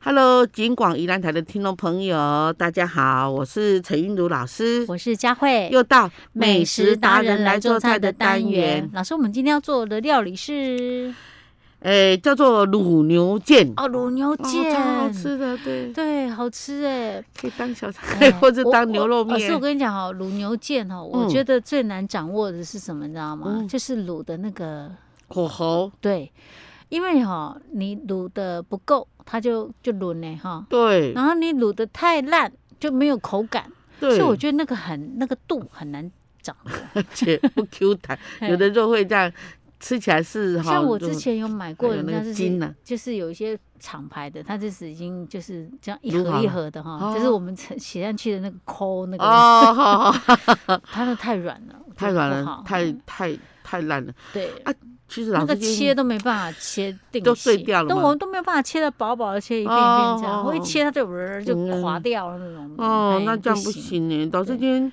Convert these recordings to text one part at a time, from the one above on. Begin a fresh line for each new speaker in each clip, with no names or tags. Hello，金广宜兰台的听众朋友，大家好，我是陈韵如老师，
我是佳慧。
又到美食达人来做菜的单元，嗯
老师，我们今天要做的料理是
诶、哎叫做卤牛腱，
哦，卤牛
哦超好
腱，
吃的，对，
对，好 吃哎。
可以当小菜、或者
我
当牛肉
我老师，我
面。
跟你讲哦，卤牛腱哦，
嗯
我觉得最难掌握的是什么，你知道吗
嗯？
就是卤的那个
火候，
对，因为哈，你卤的不够，它就就软了哈。
对
然后你卤的太烂，就没有口感，所
对，
以我觉得那个很那个度很难掌握。
而且不 Q 弹， 有的肉会这样吃起来是哈，
哎像我
就
之前有买过
有
人
那
家
个
就
筋啊
是
呢、
就是有一些厂牌的，它就是已经就是这样一
如
盒
何
一盒的哈，
哦
就是我们写上去的那个抠那个，
哦，好好好，
它 那太软了，
太
我觉
软
得不
了
好，
太
嗯
太太烂了。
对。
啊其实
那
老
个
师
切都没办法切定
都碎
型
掉了
但
嘛
我们都没有办法切的薄薄的，切一片一
哦
片这
哦
样，我一
哦
切它就呃就
嗯
垮掉了那种。
哦
哎，
那这样不
行。
行欸呢。老师
对
今天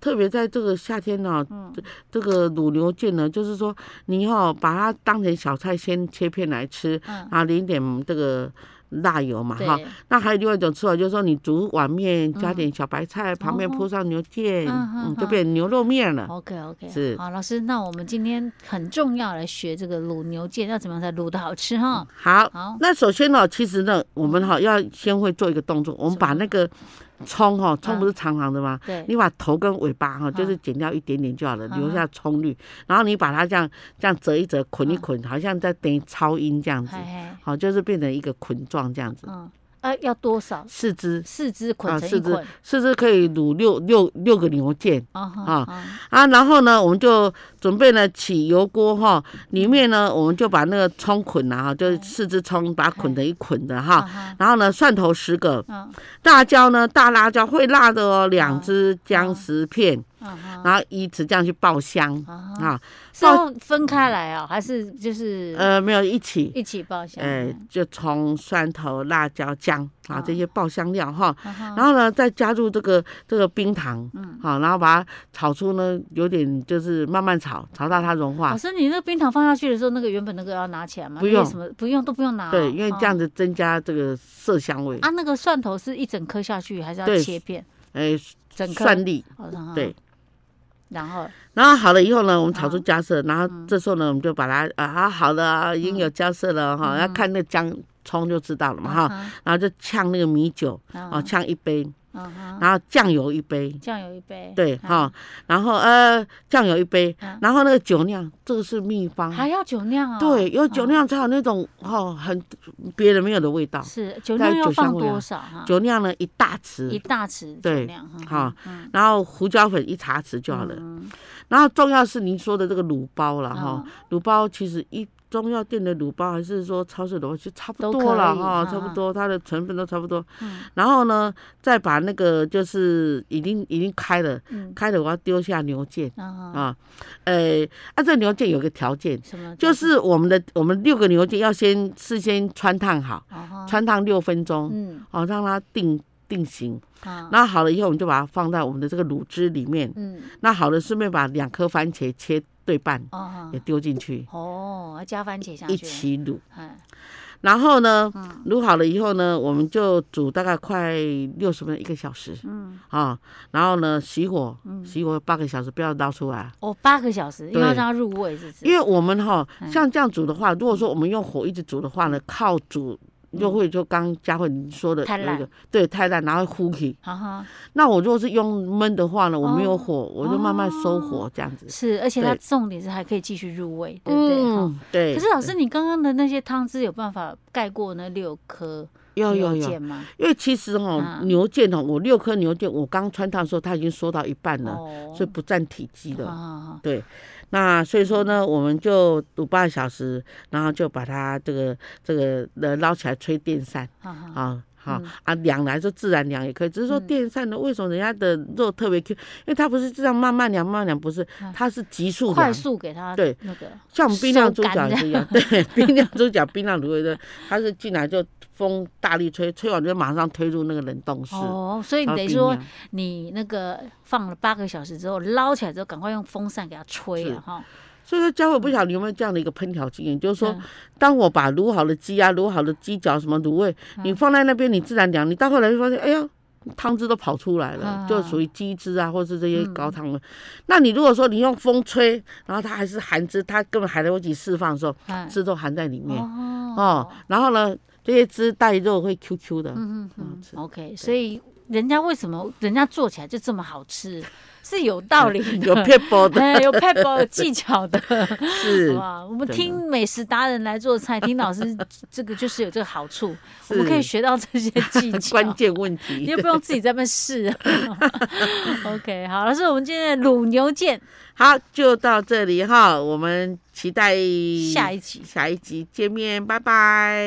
特别在这个夏天呢、
嗯
这个卤牛腱呢，就是说你要、把它当成小菜先切片来吃，
嗯，
然后淋点这个辣油嘛哈。
对，嗯
那还有另外一种吃法，就是说你煮碗面加点小白菜，旁边
哦
铺上牛腱，
嗯
嗯，
嗯
就
嗯
变牛肉面了。
OK OK，
啊是
好，老师，那我们今天很重要来学这个卤牛腱，要怎么样才卤的好吃哈？
好，
好，嗯
那首先呢，其实呢，我们哈要先会做一个动作，我们
什么
把那个葱哈，葱
嗯
不是长长的吗？
对，
你把头跟尾巴哈，就是剪掉一点点就好了，
嗯
留下葱绿。然后你把它这样这样折一折，捆一捆，好像在等于超音这样子，
嗯嘿嘿，
好，就是变成一个捆状这样子。
嗯，啊，要多少？
四肢
四只
啊
捆成
四
一
只
捆
四肢可以卤六六六个牛腱
啊哈
啊
啊，
啊，然后呢，我们就准备呢起油锅哈，里面呢我们就把那个葱捆啊哈，
嗯
就是四只葱把它捆成一捆的哈，
啊哈，
然后呢蒜头十个，
嗯
大椒呢大辣椒会辣的哦，两
嗯
只姜
嗯
十片，
嗯哈，
然后依次这样去爆香
啊哈，
啊。
是要分开来啊，还是就是
呃，没有一起，
一起包哦下来？
哎、就葱、蒜头、辣椒、姜啊
哦
这些爆香料哈，
啊哈，
然后呢再加入这个这个冰糖，
嗯
好，然后把它炒出呢有点就是慢慢炒，炒到它融化
老，师，你那个冰糖放下去的时候，那个原本那个要拿起来吗？
啊不
那个
用
什么不用都不用拿哦。
对，因为这样
哦
子增加这个色香味，
啊，那个蒜头是一整颗下去，还是要
对
切片？
哎、
整颗
蒜粒，
哦然后
对。
然后
然后好了以后呢，我们炒出
嗯嗯
姜色，然后这时候呢，我们就把它啊啊好了啊，已经有姜色了哈，要看那姜葱就知道了嘛哈，
啊哈，
然后就呛那个米酒
啊
啊哦，呛一杯，
哈，
然后酱油一杯，
酱油一杯，
对
嗯
哈，然后呃酱油一杯
嗯，
然后那个酒酿，这个是秘方，
还要酒酿啊？
对，有酒
哦
酿才有那种哦很别人没有的味道。
是酒
带
酿要
酒香
放
味啊
多少哈？
酒酿呢一大
一
匙，
大匙
对
酒酿哈。
好
嗯，
然后胡椒粉一茶匙就好了。
嗯
然后重要是您说的这个卤包了哈
哦，
卤包其实一。中药店的卤包还是说超市的话，其实差不
都
多了
可以
哈，
嗯
差不
嗯
多，它的成分都差不多。
嗯
然后呢，再把那个就是已经已经开了，
嗯，
开了我要丢下牛腱，
然后
啊，呃，啊，这牛腱有个条件，
什么？
就是我们的我们六个牛腱要先事先穿烫好，
哦哈
穿烫六分钟，
嗯
哦，让它定定型。
啊
那好了以后，我们就把它放在我们的这个卤汁里面。
嗯
那好了，顺便把两颗番茄切对半，
哦哈
也丢进去
哦，要加番茄下去，
一起卤。
哎
然后呢，
嗯
卤好了以后呢，我们就煮大概快六十分钟一个小时
嗯
啊。然后呢，熄火，
嗯
熄火八个小时，不要捞出来。
哦，八个小时，因为
对
要让它入味，是不是？
因为我们哈
嗯
像这样煮的话，如果说我们用火一直煮的话呢，靠煮就会就刚佳慧你说的
太
那个
烂
对太烂，然后会糊起。
哈啊哈，
那我如果是用焖的话呢，我没有
哦
火，我就慢慢收火这样子。
是，而且
嗯
它
对嗯
重点是还可以继续入味，对不对？哈，
对。
可是老师，你刚刚的那些汤汁有办法盖过那六颗
有有
牛
有
腱，吗？
因为其实哈
嗯
牛腱哦，我六颗牛腱，我刚穿烫的时候它已经缩到一半了，
哦
所以不占体积
啊
了。
啊
对，那所以说呢，我们就煮八个小时，然后就把它这个这个呃捞起来吹电扇。
啊啊啊
啊，好
嗯
啊，凉来就自然凉也可以，只是说
嗯
电扇的为什么人家的肉特别 Q？因为它不是这样慢慢凉，慢慢凉，不是
嗯，
它是急速
快
凉。
速给它
对
那个
像我们冰酿
收
猪
干
脚也
的
是一样， 对，冰酿猪脚、冰酿卤味的，它是进来就风大力吹，吹完就马上推入那个冷冻室。
哦，所以
然后
等于
冰
说
凉
你那个放了八个小时之后捞起来之后，赶快用风扇给它吹了哈。
所以说，佳慧不晓得你有没有这样的一个烹调经验，就是说，
嗯
当我把卤好的鸡啊、卤好的鸡脚、什么卤味，
嗯
你放在那边，你自然凉，你到后来就发现，哎呀。汤汁都跑出来了，
啊
就属于鸡汁啊，或是这些高汤了。
嗯
那你如果说你用风吹，然后它还是含汁，它根本还来不及释放的时候，
哎
汁都含在里面哦
哦，。
然后呢，这些汁带肉会 Q Q 的，
嗯嗯
好
嗯
吃
，OK，所以人家为什么人家做起来就这么好 吃，是有道理的，
有 people 的
哎有 p e 有技巧的，
是
哇！我们
真的
听美食达人来做菜，听老师这个就是有这个好处，我们
是
可以学到这些技 巧。
关键问
你
题
就。不用自己在那边试。OK，好，老师，我们今天的卤牛腱
好，就到这里哈，我们期待
下一集。
下一集见面，拜拜。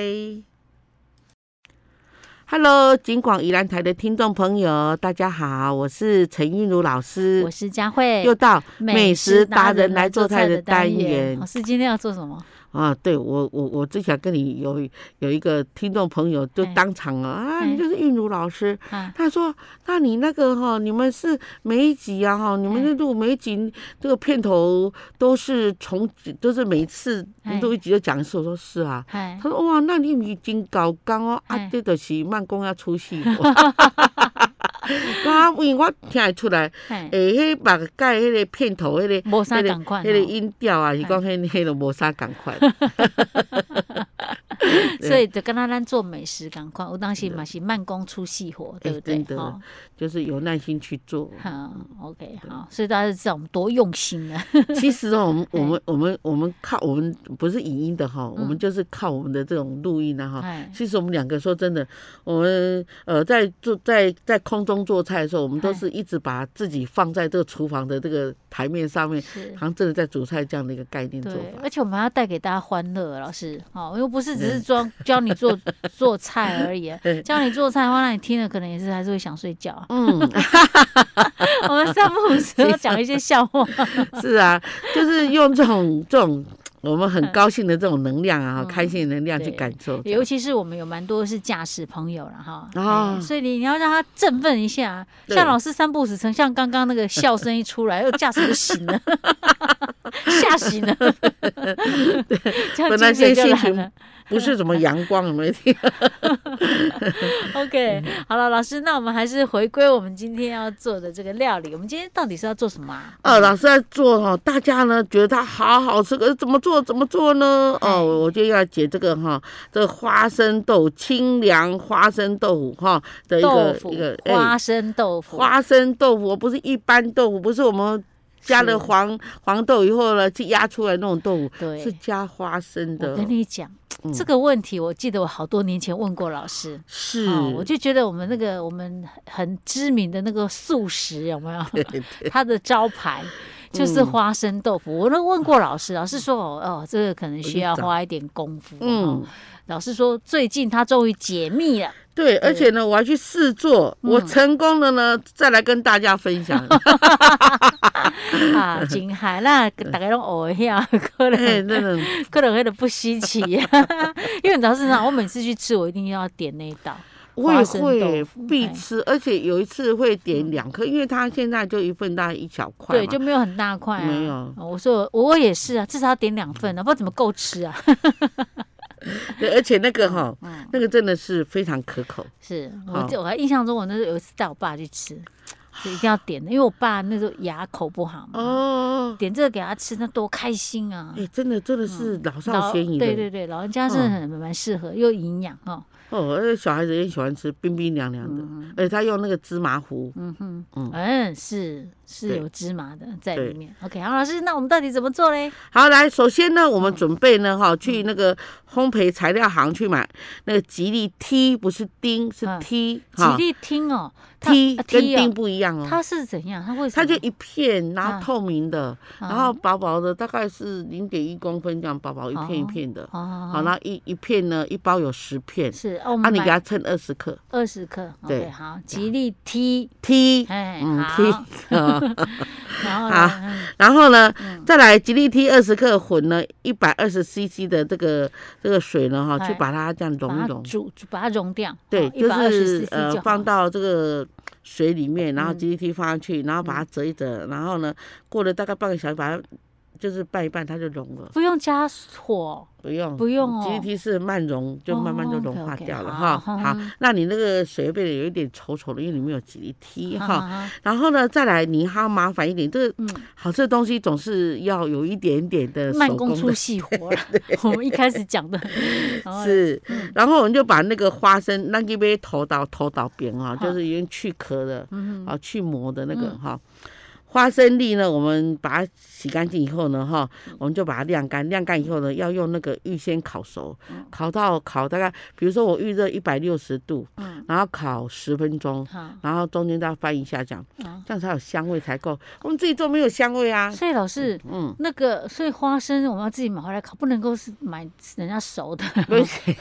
Hello，金广宜兰台的听众朋友，大家好，我是陈韵如老师
我，是佳慧，
又到美食达人来做菜的单元
老师今天要做什么？
啊，对我我我之前跟你有有一个听众朋友就
哎
当场啊，啊，
哎
你就是韵如老师，
啊，
他说：“那你那个哈，你们是每一集啊哈，你们
哎
那录每一集这个片头都是重，都是每次
哎
录一集就讲一次。”我说：“是啊。”
嗨，
他说：“哇，那你已经搞刚哦，啊
哎，
这就是慢工要出 戏。”那啊因为我听得出来，
嗨，
诶，迄目盖迄个片头，迄个
哎无啥哦
那个
赶快
迄个音调
哎
啊，是讲迄迄个无啥共 款。
所以就跟他咱做美食赶快，我当时嘛是慢工出细活，对不对
哎真？的嗯
哦
就是有耐心去做。
好，OK，好，所以大家就知道我们多用心了。
其实哦，我
哎
们我们我们我们靠我们不是影音的哈，我们就是靠我们的这种录音啊哈。
嗯哎，
其实我们两个说真的，我们呃在做在在空中做菜的时候，我
哎
们都是一直把自己放在这个厨房的这个台面上面，
是
好。像真的在煮菜这样的一个概念做
对，
法。嗯
而且我们要带给大家欢乐，老师，哦，又不是只 是教教你做做菜而已，啊教你做菜的话，那你听了可能也是还是会想睡觉。哦
嗯，
我们三不五时都讲一些笑话，
是啊，就是用这种这种我们很高兴的这种能量啊，开心的能量去
嗯对
感受这样。
尤其是我们有蛮多是驾驶朋友了哈，
啊
哎所以你你要让他振奋一下，
对
像老师三不五时成，像刚刚那个笑声一 出来，又哎驾驶就醒了， 吓醒了，这样
本来
精
这些
神就来
心情
了。
不是
嗯
什么阳光，有没有听？
OK，好
嗯
了，老师，那我们还是回归我们今天要做的这个料理。我们今天到底是要做什么啊？
呃，老师在做哈，大家呢觉得它好好吃，可是怎么做怎么做呢？
哎
哦，我就要解这个哈，这个花生豆清凉花生豆腐哈的一
豆
个
腐
一个、哎
花生豆腐，
花生豆腐，不是一般豆腐，不是我们加
是
了黄黄豆以后呢去压出来那种豆腐，
对
是加花生
我
的，
跟你讲、
嗯
这个问题，我记得我好多年前问过老师。
是，
哦，我就觉得我们那个我们很知名的那个素食有没有？
对对嗯
它的招牌就是花生豆腐。我都问过老师，老师说哦哦，这个可能需要
我去找
花一点功夫。嗯
嗯，，
老师说最近他终于解密了，
对，而且呢，我还去试做，
嗯
我成功了呢，再来跟大家分 享。
啊，真海那大概拢学呀，可
哎，
能
真的，
可能会的不稀奇，啊 因为你知道是哪，我每次去吃，我一定要点那一道。
我也
花生豆
会
腐
必
哎嗯
吃，而且有一次会点两颗，因为它现在就一份大概一小块
对，
嘛
就没有很大块啊。
没有
哦我说我我也是啊，至少要点两份啊，不知道怎么够吃啊。
对，而且那个哈，
嗯，
那个真的是非常可口。
是我
好
记我还印象中，我那时候有一次带我爸去吃，就一定要点的，因为我爸那时候牙口不好嘛，
哦，
点这个给他吃，那多开心啊！
哎，真的真的是老少
嗯老
咸宜
对
的
对对，老人家
嗯
是很蛮适合，又营养哦。
哦，而且小孩子也喜欢吃冰冰凉凉的，而且他用那个芝麻糊，
嗯，是是
对
有芝麻的在
对
里面。OK，好，老师，那我们到底怎么做嘞？
好，来，首先呢，我们准备呢，哈，去
嗯
那个烘焙材料行去买那个吉利 T，不是丁，是
嗯
T
吉
哈
利听哦它
，T
啊
跟
T 哦
丁不一样哦，
它是怎样？它为什
它
么？
就一片，然
啊
后透明的，
啊
然后薄薄的，大概是零点一公分这样薄薄一片一片的。
哦，
好，然后一一片呢，一包有十片，
是哦，我
啊，
们
你给
买
它称二十克。
二十克。
对
OK，好，吉利 T，
T，
哎，
嗯
好，
，T，啊
然
好
后呢？嗯
然后 呢，再来吉利 T 二十克混呢一百二十 CC 的这个这个水呢，哈，
哎
去把它这样
把
溶一
它
溶。
煮，煮把它溶掉。
对，
哦
就是
120 cc
呃
就好
放到这个水里面，然后
嗯
GDT 放上去，然后把它折一折，然后呢过了大概半个小时，把它就是拌一拌它就融了，
不用加火，
不用
不用哦
GT 是慢融，就慢慢就融化
OK，OK，
掉了
好
哈。
哼
好，那你那个水变得有一点稠稠的，因为里面有几粒 T
哈
哈。
啊哈哈
然后呢，再来你还要麻烦一点，这个
嗯
好吃的东西总是要有一点点的
慢
呃手
工
工
出
的。
细活 了。我们一开始讲的，哦然后
是，
嗯
然后我们就把那个花生那一杯头到头到边啊，
好
就是已经去壳的，
嗯
啊，去膜的那个
嗯
哈、花生粒呢，我们把它洗干净以后呢，哈，
嗯
我们就把它晾干。晾干以后呢，要用那个预先烤熟，
嗯
烤到烤大概，比如说我预热一百六十度，
嗯
然后烤十分钟，
好，
然后中间再翻一下，这样，
啊
这样才有香味才够。我们自己做没有香味 啊，
所以老师。
嗯，
那个，所以花生我们要自己买回来烤，不能够是买人家熟的。
不是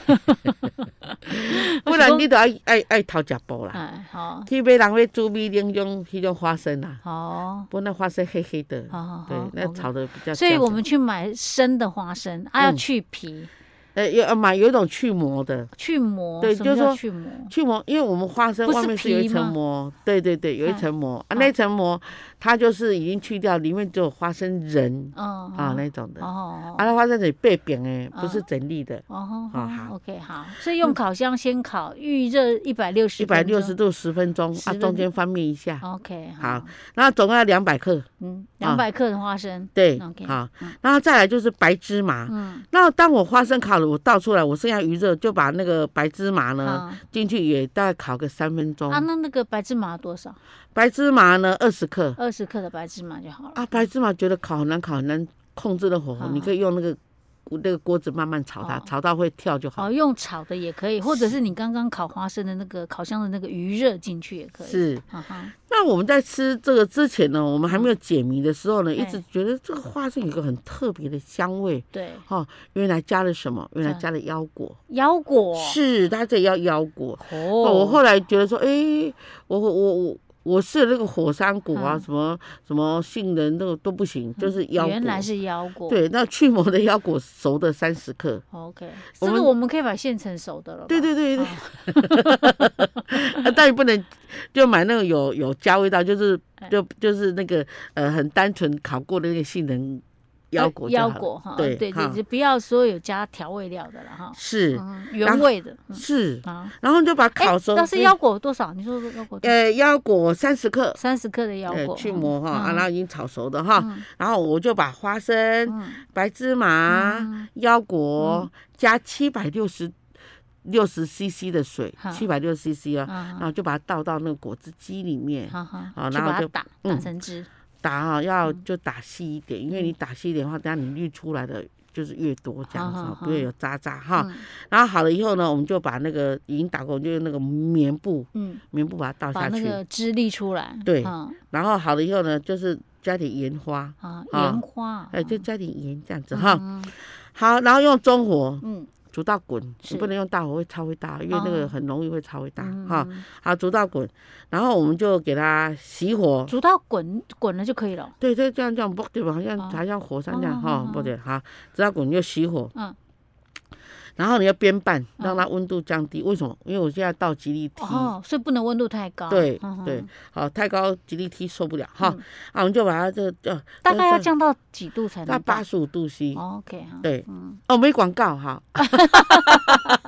不然你都爱爱爱掏假包啦。
哎，好，
去买人要煮米那种迄种花生啦，
好，
不过那花生黑黑的，
好好好，
对，那
OK
炒的比较香。
所哦以我们去买生的花生，啊，要
嗯
去皮、
呃，有呃买有一种去膜的，
去膜，
对
什
就
么
是
叫
说
去膜，
去膜，因为我们花生
不是
外面是有一
皮吗
层膜，对对对，有一层膜啊，
嗯
那一层膜它就是已经去掉，里面只有花生仁
嗯，
啊
嗯
那种的，啊，
哦
那花生仁被扁哎，不是
嗯
整粒的，
哦
好
哦
好
，OK，好，所以用烤箱先烤，预热一百六十，
一百六十度十分钟
10
啊，
分哦
中间翻面一下，
，OK，
好，那总共要两百克，
嗯，
啊
两百克的花生，
对
OK，，
好
嗯，
然后再来就是白芝麻。
嗯，
那当我花生烤了，我倒出来，我剩下余热就把那个白芝麻呢
好，
进去，也大概烤个三分钟
啊，。那那个白芝麻多少？
白芝麻呢二十克，
二十克的白芝麻就好了。
啊，白芝麻觉得烤很难烤，很难控制的火候，
啊
你可以用那个那个锅子慢慢炒它，
哦
炒到会跳就好
哦，。用炒的也可以，或者是你刚刚烤花生的那个烤箱的那个余热进去也可以。，
是，
哈哈，
那我们在吃这个之前呢，我们还没有解谜的时候呢，
嗯
一直觉得这个花生有一个很特别的香味。
对，
哦，原来加了什么？原来
加
加了腰果，
腰果，
是，它这要腰果。
哦，
哦，我后来觉得说，诶，我我我我我试了那个火山果啊，
嗯
什么什么杏仁那个都不行，就是腰果。
原来是腰果，
对，那去膜的腰果熟的三十克，
，OK，
我
这个
们
我们可以买现成熟的了吧。
对对对对
啊，
啊，但也不能就买那种有有加味道，就是
哎
就就是那个呃很单纯烤过的那个杏仁腰果就好
哎腰
了
果哈，
对
对
哈
对，就不要说有加调味料的了哈，
是
嗯，
然
原
后
味的嗯
是，
啊。
然后你就把
哎
烤熟
那是
那
腰果多少？你说腰果
呃腰果三十克，
三十克的腰
呃
果
去膜哈，啊
嗯
然后已经炒熟的哈，
嗯
然后我就把花生、
嗯
白芝麻、
嗯
腰果加七百六十六十 CC 的水，
好
七百六十 CC 啊，然
啊，
后就把它倒到那个果汁机里面。
好
好
好好，去
然后
把
就
它打打
嗯
成汁，
打啊，要
嗯
就打细一点，因为你打细一点的话，等下你滤出来的就是越多这样子
好
哦，
好
不会有渣渣哈。
嗯
然后好了以后呢，我们就把那个已经打过，我们就用那个棉布，
嗯，
棉布把它倒
把
下
那
去。
个汁沥出来，
对
啊
然后好了以后呢，就是加点盐花，
啊，
啊
盐花，
哎，就
嗯
加点盐这样子哈。
嗯
好，然后用中火
嗯
煮到滚，
是
你不能用大火，会超会大，因为那个
哦
很容易会超会大
嗯
哈。
嗯
好，煮到滚，然后我们就给它熄火。
嗯煮到滚滚了就可以了，
对，就这样这样啵对吧？好像
哦
好像火山这样
哦
哈
哦，
啵
哦
对，好，只要滚就熄火，
嗯，
然后你要边拌，让它温度降低。为什么？因为我现在倒吉利 T，
哦，所以不能温度太高，
嗯对
嗯
对
嗯，
好，太高吉利 T 受不了哈
嗯，
啊，我们就把它这叫
大概要降到哦几度才
到
能
八十五度 C
到。？OK 哈，
对
嗯，
哦，没广告哈。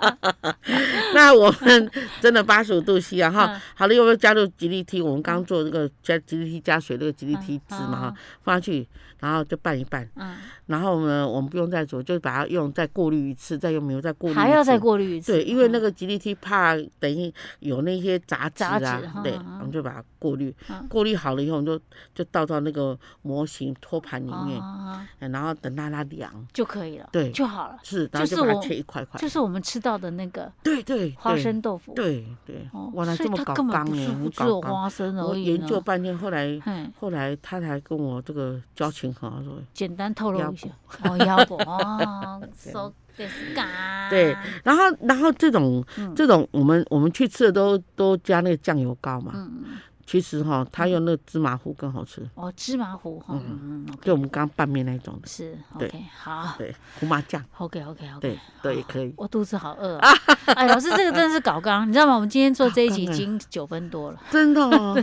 那我们真的八十五度 C 啊哈
嗯。
好了，又要加入吉利 T，我们刚做这个加吉利 T 加水那个吉利
嗯
T 汁嘛
哦
哈，放下去，然后就拌一拌。
嗯，
然后呢，我们不用再煮，就把它用再过滤一次，再用没有再过滤一次，
还要再过滤一次，
对，因为那
嗯
个吉利 T 怕等于有那些杂质啊，
杂质哈
对，
哈哈
我们就把它过滤，
嗯
过滤好了以后，我们就就倒到那个模型托盘里面，
啊
哎然后等它它凉，
就可以了，
对
就好了，
是，然
就
后
是
就把它
我
切一块块，
就是我们吃到的那个
对对，
花
对，
生豆腐，
对对
哦，，
哇，那这
所以
么
它
搞
根
纲
本不
哎，
是
很
只有
搞纲，
花生
我
而已
研
呢
究，半天，后来
嘿，
后来他才跟我这
啊
个交情很好，说，
简单透
腰
露一下，哦，腰果， 哦，so d i s g
对，然后然后这种
啊嗯
这种我们我们去吃的都都加那个酱油膏嘛，
嗯，
其实哈、它用那个芝麻糊更好吃，
哦，芝麻糊哈，嗯嗯
就
，OK，
我们刚拌面那一种的，
是
对
OK，好
对，胡麻酱，
，OK OK OK，
对对也可以。
我肚子好 饿、啊，哎，老师，这个真的是搞纲，你知道吗？我们今天做这一集已
搞纲啊
经九分 多了，
真的 哦，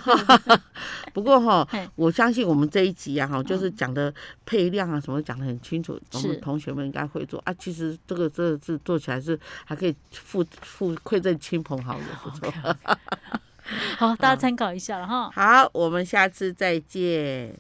不过哈、
嘿
我相信我们这一集啊哈，就是讲的配料啊什么讲的很清楚，我
是
们同学们应该会做啊。其实这个这个是做起来是还可以附附馈赠亲朋好友，不错。 嗯
好，大家参考一下了哈。
好，我们下次再见。